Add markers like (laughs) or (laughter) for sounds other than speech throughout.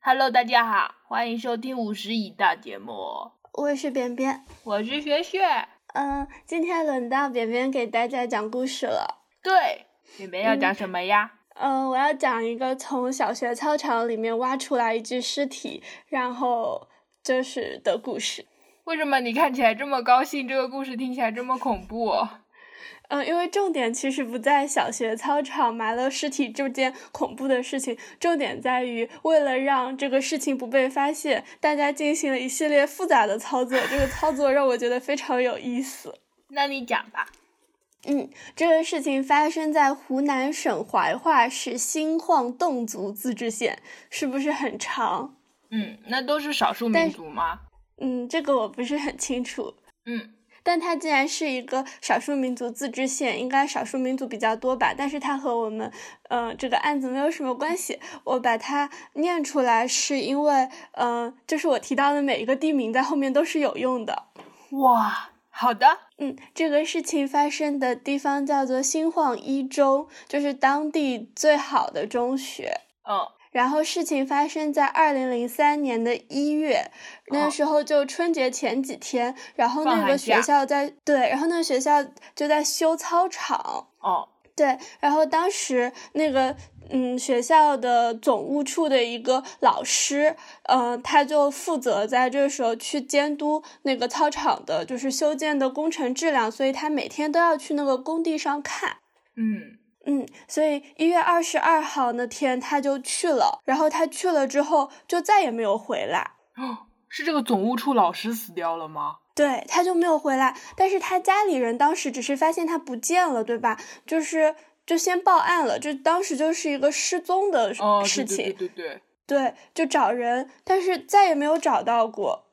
Hello，大家好，欢迎收听五十一道节目，我是扁扁。我是雪雪。嗯，今天轮到扁扁给大家讲故事了。对，你们要讲什么呀？嗯，我要讲一个从小学操场里面挖出来一具尸体，然后就是的故事。为什么你看起来这么高兴？这个故事听起来这么恐怖？嗯，因为重点其实不在小学操场埋了尸体这件恐怖的事情，重点在于为了让这个事情不被发现，大家进行了一系列复杂的操作。这个操作让我觉得非常有意思。那你讲吧。嗯，这个事情发生在湖南省怀化市新晃侗族自治县，是不是很长？嗯，那都是少数民族吗？嗯，这个我不是很清楚。嗯，但它既然是一个少数民族自治县，应该少数民族比较多吧？但是它和我们，呃，这个案子没有什么关系。我把它念出来，是因为，嗯、呃，就是我提到的每一个地名在后面都是有用的。哇，好的，嗯，这个事情发生的地方叫做新晃一中，就是当地最好的中学。嗯然后事情发生在二零零三年的一月，那哦时候就春节前几天，然后放那个寒假学校在对，然后那个学校就在修操场，哦，对，然后当时那个嗯学校的总务处的一个老师，嗯、他就负责在这时候去监督那个操场的，就是修建的工程质量，所以他每天都要去那个工地上看。嗯嗯，所以一月二十二号那天他就去了，然后他去了之后就再也没有回来。哦，是这个总务处老师死掉了吗？对，他就没有回来，但是他家里人当时只是发现他不见了，对吧？就是就先报案了，就当时就是一个失踪的哦，事对情，对对对对， (gasps) 对，就找人，但是再也没有找到过。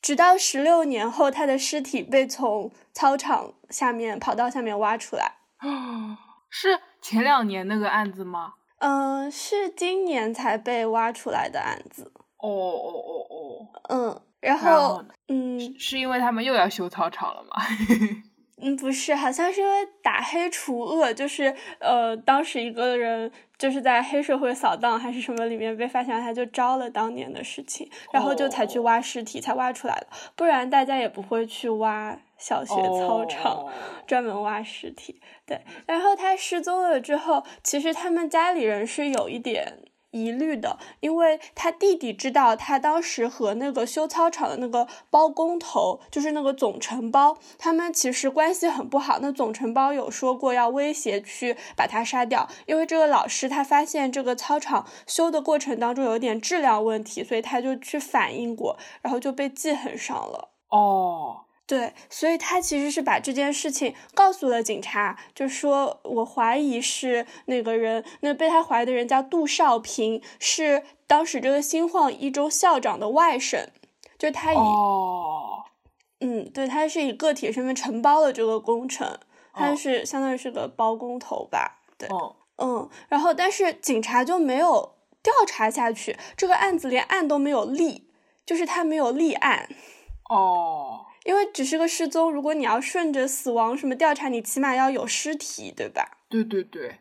直到十六年后，他的尸体被从操场下面跑道下面挖出来。啊是前两年那个案子吗？嗯，是今年才被挖出来的案子。哦哦哦哦，嗯，然然后后呢嗯是因为他们又要修操场了吗？ (laughs) 嗯，不是，好像是因为打黑除恶，就是呃，当时一个人就是在黑社会扫荡还是什么里面被发现，他就招了当年的事情，然后就才去哦挖尸体，才挖出来的，不然大家也不会去挖小学操场。哦专门挖尸体。对，然后他失踪了之后，其实他们家里人是有一点疑虑的，因为他弟弟知道他当时和那个修操场的那个包工头，就是那个总承包，他们其实关系很不好。那总承包有说过要威胁去把他杀掉，因为这个老师他发现这个操场修的过程当中有点质量问题，所以他就去反映过，然后就被记恨上了。哦，对，所以他其实是把这件事情告诉了警察，就说我怀疑是那个人，那被他怀疑的人叫杜少平，是当时这个新晃一中校长的外甥，就他以、哦，嗯，对，他是以个体身份承包了这个工程，他哦是、相当于是个包工头吧，对，哦，嗯，然后但是警察就没有调查下去，这个案子连案都没有立，就是他没有立案。哦，因为只是个失踪，如果你要顺着死亡什么调查，你起码要有尸体，对吧？对对对，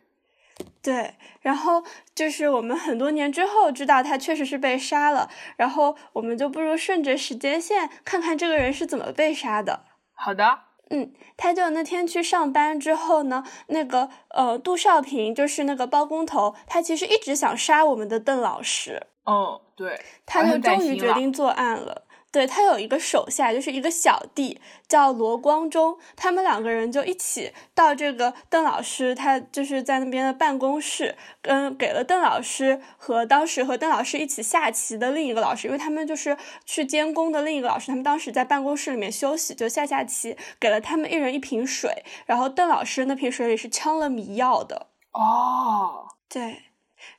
对，然后就是我们很多年之后知道他确实是被杀了，然后我们就不如顺着时间线看看这个人是怎么被杀的。好的，嗯，他就那天去上班之后呢，那个呃杜少平就是那个包工头，他其实一直想杀我们的邓老师，嗯，对，他好就像在终于新决了定作案了。对他有一个手下，就是一个小弟叫罗光中，他们两个人就一起到这个邓老师他就是在那边的办公室，跟给了邓老师和当时和邓老师一起下棋的另一个老师，因为他们就是去监工的另一个老师，他们当时在办公室里面休息，就下下棋，给了他们一人一瓶水，然后邓老师那瓶水里是呛了迷药的，哦，对，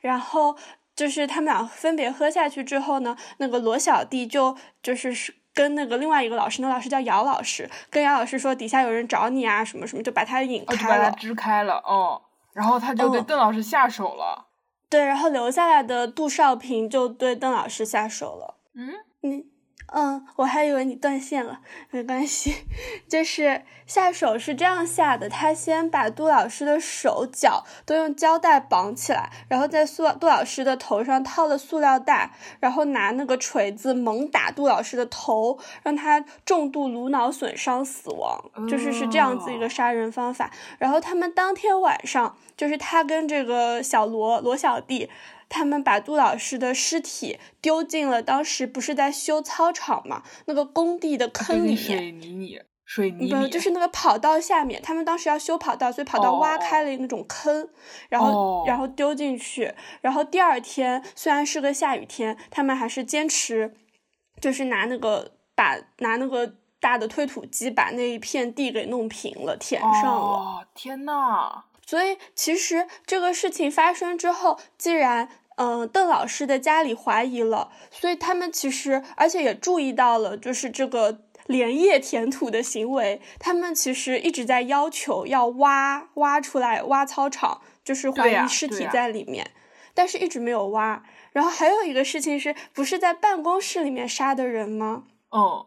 然后就是他们俩分别喝下去之后呢，那个罗小弟就就是是跟那个另外一个老师，那个老师叫姚老师，跟姚老师说底下有人找你啊什么什么，就把他引哦，就开把了。它支开了，嗯，然后他就对嗯邓老师下手了，对，然后留下来的杜少平就对邓老师下手了。嗯，你嗯，我还以为你断线了，没关系。 (laughs) 就是下手是这样下的，他先把杜老师的手脚都用胶带绑起来，然后在塑杜老师的头上套了塑料袋，然后拿那个锤子猛打杜老师的头，让他重度颅脑损伤死亡，就是是这样子一个杀人方法。然后他们当天晚上，就是他跟这个小罗罗小弟，他们把杜老师的尸体丢进了当时不是在修操场嘛那个工地的坑里啊对对水面，泥里，水泥不里，就是那个跑道下面，他们当时要修跑道，所以跑道哦挖哦开了那种坑，然后、哦然后丢进去，然后第二天虽然是个下雨天，他们还是坚持，就是拿那个把拿那个大的推土机把那一片地给弄平了，填上了。哦，天呐，所以其实这个事情发生之后，既然嗯、呃邓老师的家里怀疑了，所以他们其实而且也注意到了，就是这个连夜填土的行为，他们其实一直在要求要挖挖出来挖操场，就是怀对呀疑尸体对呀在里面。但是一直没有挖，然后还有一个事情是不是在办公室里面杀的人吗？嗯，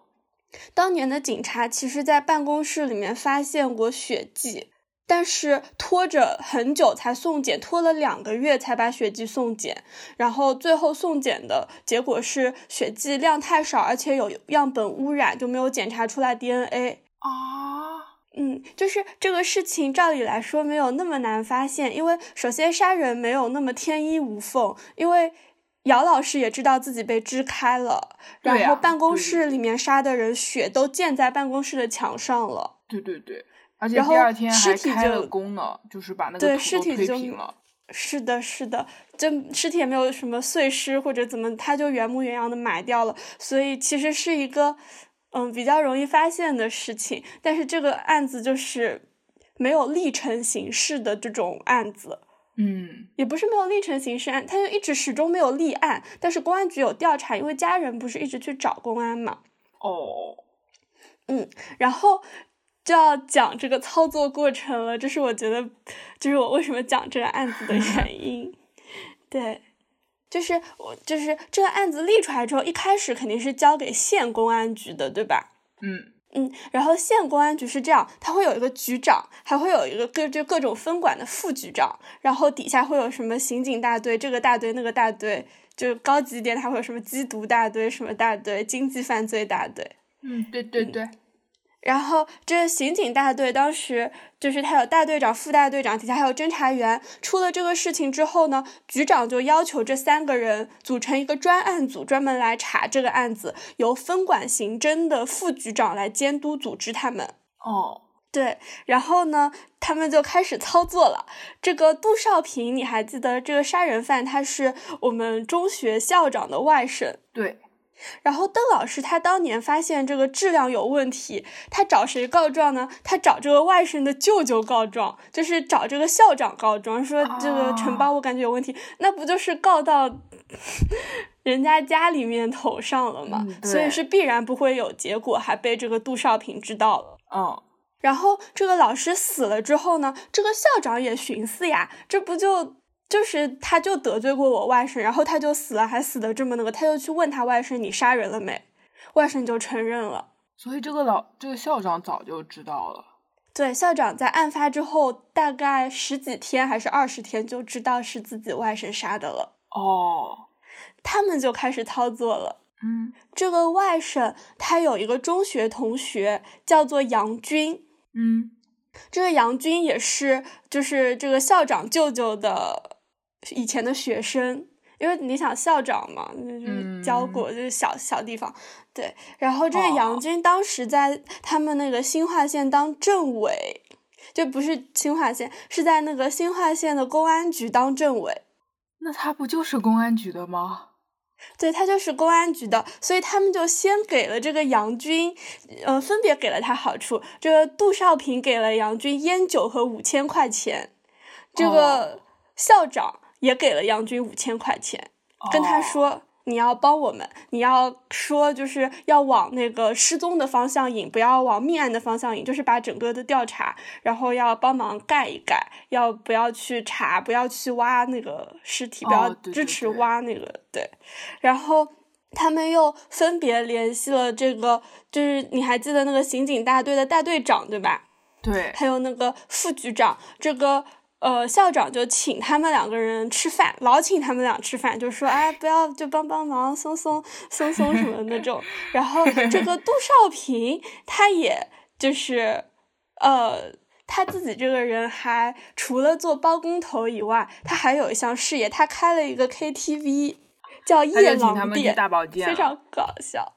当年的警察其实，在办公室里面发现过血迹，但是拖着很久才送检，拖了两个月才把血迹送检。然后最后送检的结果是血迹量太少，而且有样本污染，就没有检查出来 DNA。啊，嗯，就是这个事情，照理来说没有那么难发现，因为首先杀人没有那么天衣无缝，因为姚老师也知道自己被支开了，对然后呀办公对室里面杀的人血都溅在办公室的墙上了，对对对，而且然第后二天尸还体开了就工呢，就是把那对个尸土体都推就平了。是的，是的，就尸体也没有什么碎尸或者怎么，他就原模原样的埋掉了，所以其实是一个嗯比较容易发现的事情，但是这个案子就是没有立成形式的这种案子。嗯，也不是没有立成刑事案，他就一直始终没有立案。但是公安局有调查，因为家人不是一直去找公安嘛。哦，然后就要讲这个操作过程了，这是我觉得，就是我为什么讲这个案子的原因。对，就是我就是这个案子立出来之后，一开始肯定是交给县公安局的，对吧？嗯，嗯，然后县公安局是这样，它会有一个局长，还会有一个各就各种分管的副局长，然后底下会有什么刑警大队、这个大队、那个大队，就是高级一点，它会有什么缉毒大队、什么大队、经济犯罪大队。嗯，对对对，然后这刑警大队当时就是他有大队长、副大队长，底下还有侦查员。出了这个事情之后呢，局长就要求这三个人组成一个专案组，专门来查这个案子，由分管刑侦的副局长来监督组织他们。哦，对，然后呢，他们就开始操作了。这个杜少平，你还记得这个杀人犯，他是我们中学校长的外甥。对，然后邓老师他当年发现这个质量有问题，他找谁告状呢？他找这个外甥的舅舅告状，就是找这个校长告状，说这个哦承包我感觉有问题，那不就是告到 (laughs) 人家家里面头上了吗？嗯对所以是必然不会有结果，还被这个杜少平知道了。嗯，然后这个老师死了之后呢，这个校长也寻思呀，这不就就是他就得罪过我外甥，然后他就死了，还死的这么那个，他就去问他外甥你杀人了没，外甥就承认了。所以这个老这个校长早就知道了。对，校长在案发之后大概十几天还是二十天就知道是自己外甥杀的了，哦，他们就开始操作了。嗯，这个外甥他有一个中学同学叫做杨军，嗯，这个杨军也是，就是这个校长舅舅的以前的学生，因为你想校长嘛，就是教过，就是小小地方，对。然后这个杨军当时在他们那个新化县当政委，就不是新化县，是在那个新化县的公安局当政委。那他不就是公安局的吗？对他就是公安局的，所以他们就先给了这个杨军，呃，分别给了他好处。这个杜少平给了杨军烟酒和五千块钱，这个校长也给了杨军五千块钱，跟他哦，说。你要帮我们，你要说就是要往那个失踪的方向引，不要往命案的方向引，就是把整个的调查，然后要帮忙盖一盖，要不要去查，不要去挖那个尸体，不要哦对对支持对挖那个、对。然后他们又分别联系了这个，就是你还记得那个刑警大队的大队长对吧？对，还有那个副局长，这个呃校长就请他们两个人吃饭，老请他们俩吃饭，就说哎不要就帮帮忙，松松松松什么那 (laughs) 种。然后这个杜少平他也就是呃。他自己这个人还除了做包工头以外，他还有一项事业，他开了一个 KTV，叫他夜就请他郎们去店。大保健非了，常搞笑。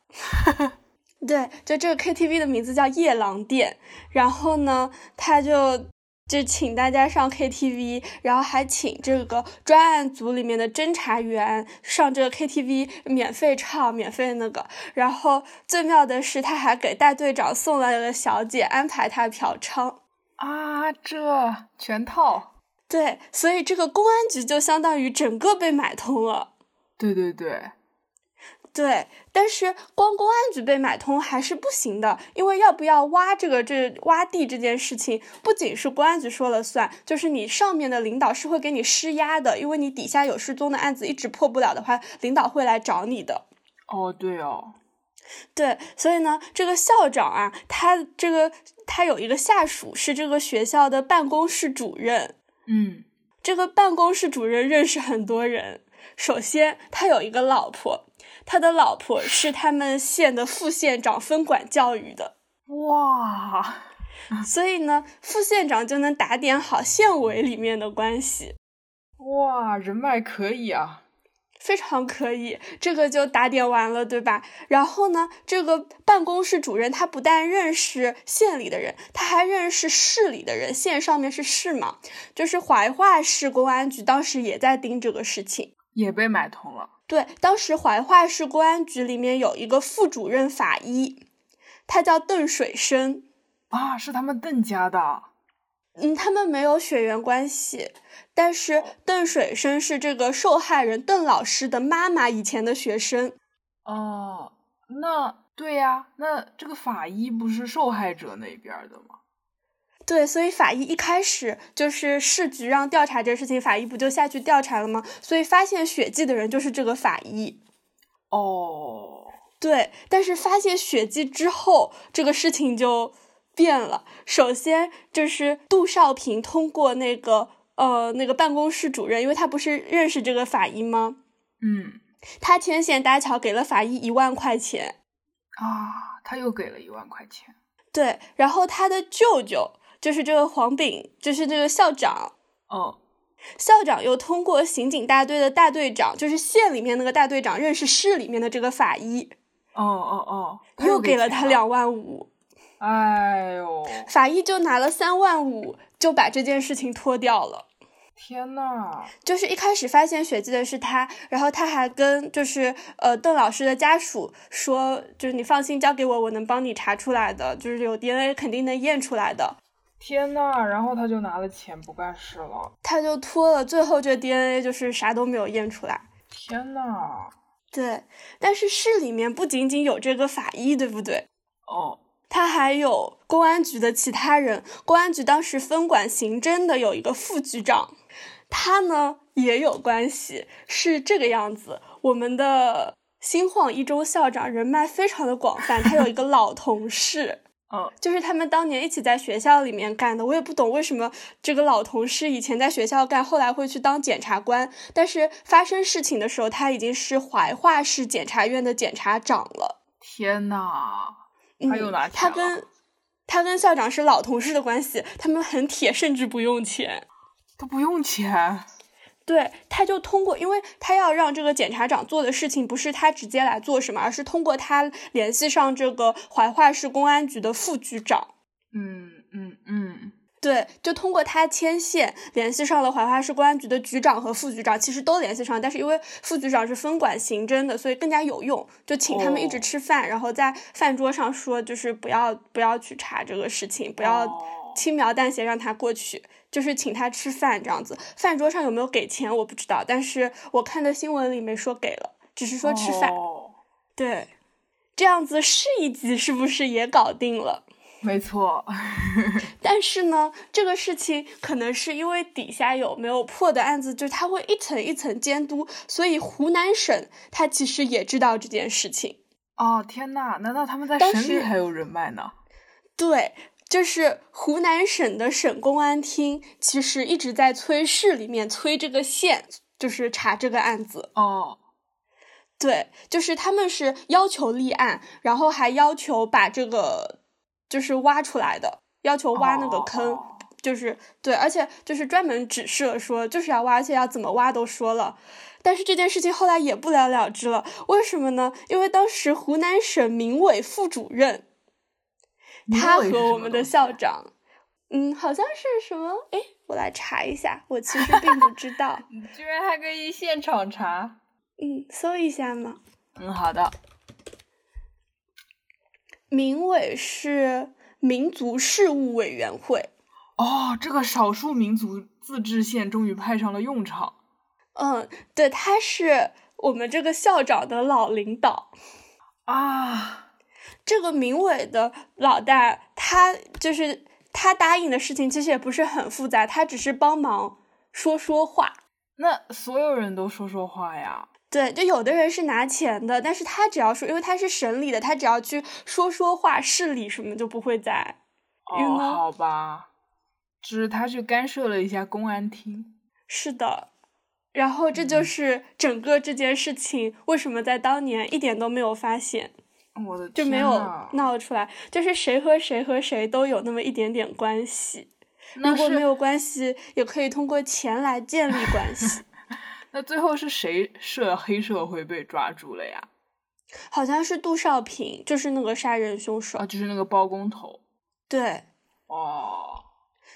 (laughs) 对，就这个 KTV 的名字叫夜郎店，然后呢，他就就请大家上 KTV，然后还请这个专案组里面的侦查员上这个 KTV 免费唱、免费那个。然后最妙的是，他还给大队长送来了小姐，安排他嫖娼。啊，这全套，对，所以这个公安局就相当于整个被买通了。对对对，对，但是光公安局被买通还是不行的，因为要不要挖这个这挖地这件事情，不仅是公安局说了算，就是你上面的领导是会给你施压的，因为你底下有失踪的案子一直破不了的话，领导会来找你的。哦对哦，对，所以呢，这个校长啊，他这个他有一个下属是这个学校的办公室主任，嗯，这个办公室主任认识很多人。首先，他有一个老婆，他的老婆是他们县的副县长分管教育的，哇，所以呢，副县长就能打点好县委里面的关系，哇，人脉可以啊！非常可以。这个就打点完了，对吧？然后呢，这个办公室主任他不但认识县里的人，他还认识市里的人。县上面是市嘛，就是怀化市公安局当时也在盯这个事情。也被买通了。对，当时怀化市公安局里面有一个副主任法医，他叫邓水生。啊，是他们邓家的，嗯，他们没有血缘关系，但是邓水生是这个受害人邓老师的妈妈以前的学生。哦，那对呀、那这个法医不是受害者那边儿的吗？对，所以法医一开始就是市局让调查这事情，法医不就下去调查了吗？所以发现血迹的人就是这个法医。哦，对，但是发现血迹之后，这个事情就变了。首先就是杜少平通过那个呃那个办公室主任，因为他不是认识这个法医吗？嗯，他牵线搭桥给了法医一万块钱。啊，他又给了一万块钱。对，然后他的舅舅就是这个黄炳，就是这个校长。哦，校长又通过刑警大队的大队长，就是县里面那个大队长，认识市里面的这个法医，哦哦哦，他又给给了钱他。两万五。哎呦，法医就拿了三万五，就把这件事情脱掉了。天呐，就是一开始发现血迹的是他，然后他还跟就是呃邓老师的家属说，就是你放心交给我，我能帮你查出来的，就是有 DNA 肯定能验出来的。天呐！然后他就拿了钱不干事了。他就拖了，最后这 DNA 就是啥都没有验出来。天呐，对，但是市里面不仅仅有这个法医，对不对？哦，他还有公安局的其他人，公安局当时分管刑侦的有一个副局长，他呢也有关系，是这个样子。我们的新晃一中校长人脉非常的广泛，他有一个老同事，嗯，就是他们当年一起在学校里面干的。我也不懂为什么这个老同事以前在学校干，后来会去当检察官，但是发生事情的时候，他已经是怀化市检察院的检察长了。天呐，嗯他又拿钱了。他跟他跟校长是老同事的关系，他们很铁，甚至不用钱。都不用钱。对，他就通过，因为他要让这个检察长做的事情，不是他直接来做什么，而是通过他联系上这个怀化市公安局的副局长。嗯嗯嗯，对，就通过他牵线联系上了怀化市公安局的局长和副局长，其实都联系上，但是因为副局长是分管刑侦的，所以更加有用，就请他们一直哦吃饭，然后在饭桌上说，就是不要不要去查这个事情，不要哦轻描淡写让他过去，就是请他吃饭这样子。饭桌上有没有给钱我不知道，但是我看的新闻里没说给了，只是说吃饭。哦对，这样子市一级是不是也搞定了？没错，但是呢，这个事情可能是因为底下有没有破的案子，就是他会一层一层监督，所以湖南省他其实也知道这件事情。 (laughs) 哦天呐，难道他们在当省里时还有人脉呢？对，就是湖南省的省公安厅，其实一直在催市里面催这个县，就是查这个案子。哦，对，就是他们是要求立案，然后还要求把这个就是挖出来的，要求挖那个哦坑，哦哦就是对，而且就是专门指示了说就是要挖，而且要怎么挖都说了。但是这件事情后来也不了了之了，为什么呢？因为当时湖南省民委副主任民他委是什和我么们东的西，校长，嗯，好像是什么？哎，我来查一下，我其实并不知道 (laughs) 你居然还可以现场查？嗯，搜一下嘛。嗯，好的。民委是民族事务委员会，哦，这个少数民族自治县终于派上了用场。嗯，对，他是我们这个校长的老领导。啊，这个民委的老大，他就是他答应的事情，其实也不是很复杂，他只是帮忙说说话。那所有人都说说话呀？对，就有的人是拿钱的，但是他只要说，因为他是省里的，他只要去说说话、市里什么就不会在。You 哦， know 好吧，只是他去干涉了一下公安厅。是的，然后这嗯就是整个这件事情为什么在当年一点都没有发现。我的就天没有呐闹出来，就是谁和谁和谁都有那么一点点关系。那如果没是有关系，也可以通过钱来建立关 (laughs) 系。那最后是谁涉黑社会被抓住了呀？好像是杜少平，就是那个杀人凶手啊，。就是那个包工头。对，哦，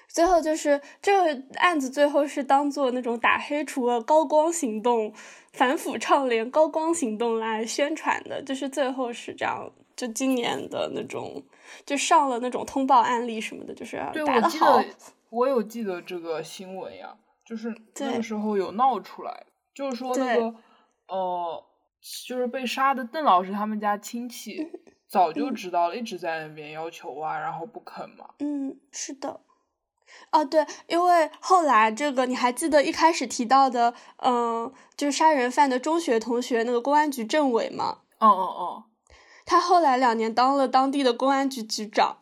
最后就是这个案子，最后是当做那种打黑除恶高光行动、反腐倡廉高光行动来宣传的，就是最后是这样。就今年的那种，就上了那种通报案例什么的，就是对，打我得记好得，我有记得这个新闻呀，就是那对个时候有闹出来，就是说那对个呃，就是被杀的邓老师他们家亲嗯戚 (laughs) 早就知道了，一直在那边要求啊，然后不肯嘛。嗯，是的。哦，对，因为后来这个你还记得一开始提到的，嗯、就是杀人犯的中学同学那个公安局政委吗？嗯嗯嗯，他后来两年当了当地的公安局局长，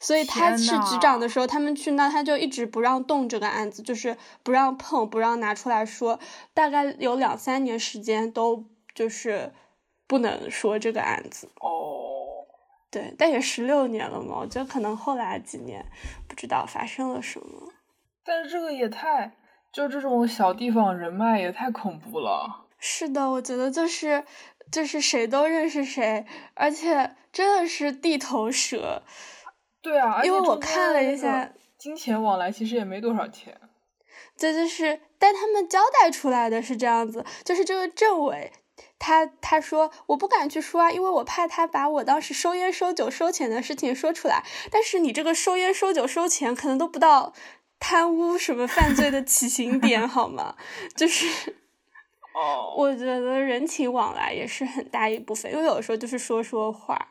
所以他天是局呐长的时候，他们去那他就一直不让动这个案子，就是不让碰，不让拿出来说，大概有两三年时间都就是不能说这个案子。哦，对，但也十六年了嘛，我觉得可能后来几年不知道发生了什么。但是这个也太，就这种小地方人脉也太恐怖了。是的，我觉得就是就是谁都认识谁，而且真的是地头蛇，对啊，而且因为我中间看了那一下个，金钱往来其实也没多少钱。这就是，但他们交代出来的是这样子，就是这个政委。他他说我不敢去说啊，因为我怕他把我当时收烟收酒收钱的事情说出来。但是你这个收烟收酒收钱，可能都不到贪污什么犯罪的起刑点，好吗？就是哦，我觉得人情往来也是很大一部分，因为有时候就是说说话，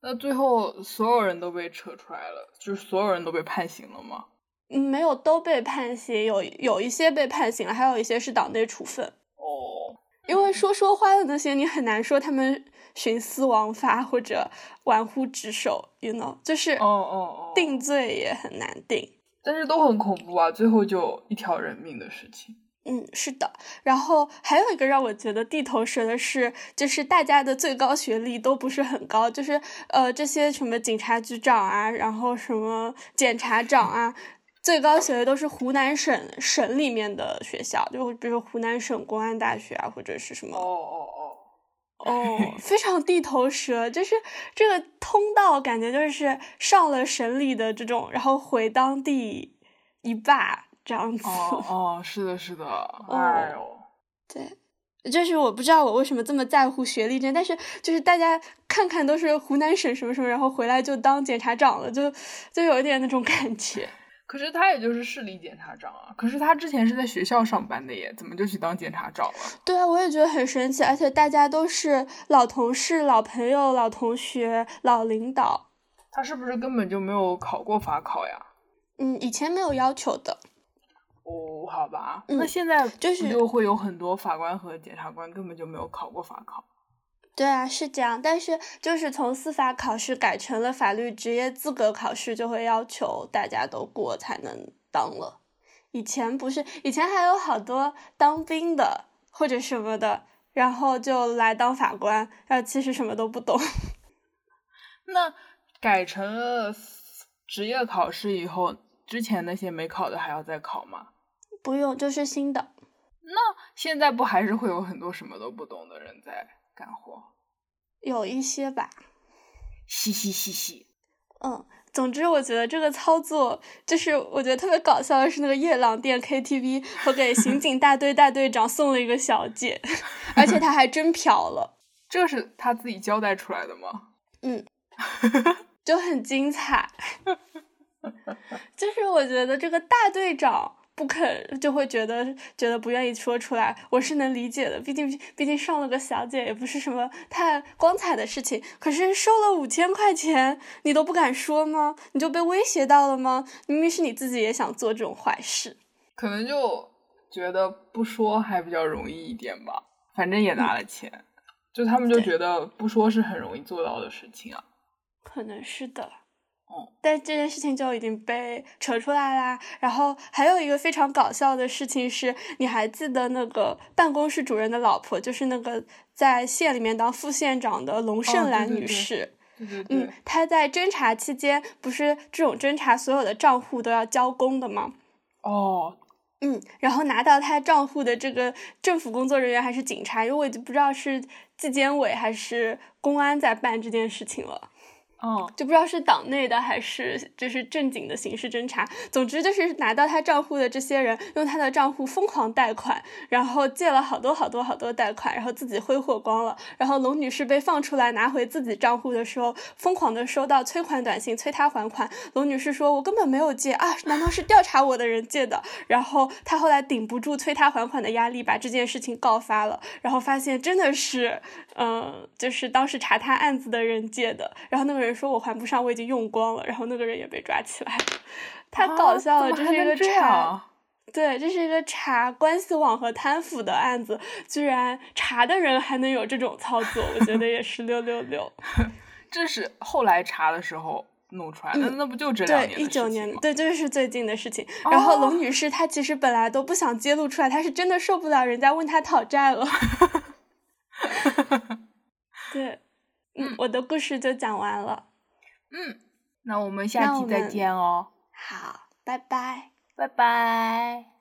那最后所有人都被扯出来了，就是所有人都被判刑了吗？嗯，没有都被判刑，有有一些被判刑了，还有一些是党内处分。哦，因为说说话的那些，你很难说他们徇私枉法或者玩忽职守，you know，就是哦哦哦，定罪也很难定。但是都很恐怖啊，最后就一条人命的事情。嗯，是的。然后还有一个让我觉得地头蛇的是，就是大家的最高学历都不是很高，就是呃这些什么警察局长啊，然后什么检察长啊，最高学历都是湖南省省里面的学校，就比如湖南省公安大学啊，或者是什么哦哦，哦， (laughs) 非常地头蛇，就是这个通道感觉就是上了省里的这种，然后回当地一霸这样子。哦哦，是的，是的， (laughs) 哎呦， (laughs) 对，就是我不知道我为什么这么在乎学历这，但是就是大家看看都是湖南省什么什么，然后回来就当检察长了，就就有一点那种感觉。可是他也就是市里检察长啊，可是他之前是在学校上班的耶，怎么就去当检察长了？ (laughs) 对啊，我也觉得很神奇，而且大家都是老同事、老朋友、老同学、老领导。他是不是根本就没有考过法考呀？嗯，以前没有要求的。哦，好吧，嗯那现在就是又会有很多法官和检察官根本就没有考过法考。对啊，是这样，但是就是从司法考试改成了法律职业资格考试，就会要求大家都过才能当了。以前不是，以前还有好多当兵的或者什么的，然后就来当法官，然后其实什么都不懂。 (laughs) 那改成了职业考试以后，之前那些没考的还要再考吗？不用，就是新的。现在不还是会有很多什么都不懂的人在干活？有一些吧，嘻嘻嘻嘻。嗯，总之我觉得这个操作就是我觉得特别搞笑的是那个夜郎店 KTV，我给刑警大队大队长送了一个小姐， (laughs) 而且他还真嫖了，这是他自己交代出来的吗？就很精彩。 (laughs) 就是我觉得这个大队长。不肯就会觉得觉得不愿意说出来，我是能理解的，毕竟毕竟上了个小姐也不是什么太光彩的事情。可是收了五千块钱，你都不敢说吗？你就被威胁到了吗？明明是你自己也想做这种坏事。可能就觉得不说还比较容易一点吧，反正也拿了钱，就他们就对觉得不说是很容易做到的事情啊。可能是的。哦，但这件事情就已经被扯出来啦。然后还有一个非常搞笑的事情是，你还记得那个办公室主任的老婆，就是那个在县里面当副县长的龙胜兰哦对对女对士？对对对，嗯，她在侦查期间，不是这种侦查所有的账户都要交公的吗？哦，嗯，然后拿到他账户的这个政府工作人员还是警察，因为我已经不知道是纪检委还是公安在办这件事情了，嗯，就不知道是党内的还是就是正经的刑事侦查。总之就是拿到他账户的这些人，用他的账户疯狂贷款，然后借了好多好多好多贷款，然后自己挥霍光了。然后龙女士被放出来拿回自己账户的时候，疯狂的收到催款短信，催她还款。龙女士说：“我根本没有借啊，难道是调查我的人借的？”然后她后来顶不住催她还款的压力，把这件事情告发了。然后发现真的是，嗯、就是当时查他案子的人借的。然后那个人说：“我还不上，我已经用光了。”然后那个人也被抓起来了。 (laughs) 太搞笑了，啊怎这么是还一能个这查样。对，这是一个查关系网和贪腐的案子，居然查的人还能有这种操作，我觉得也是六六六。这是后来查的时候弄出来的， (laughs) 那不就这两嗯对，年一的九事年情，吗？对，这是最近的事情。然后哦龙女士她其实本来都不想揭露出来，她是真的受不了人家问她讨债 (laughs) 了。对，嗯，我的故事就讲完了。嗯，那我们下那期我再们见哦，好，拜拜。拜拜。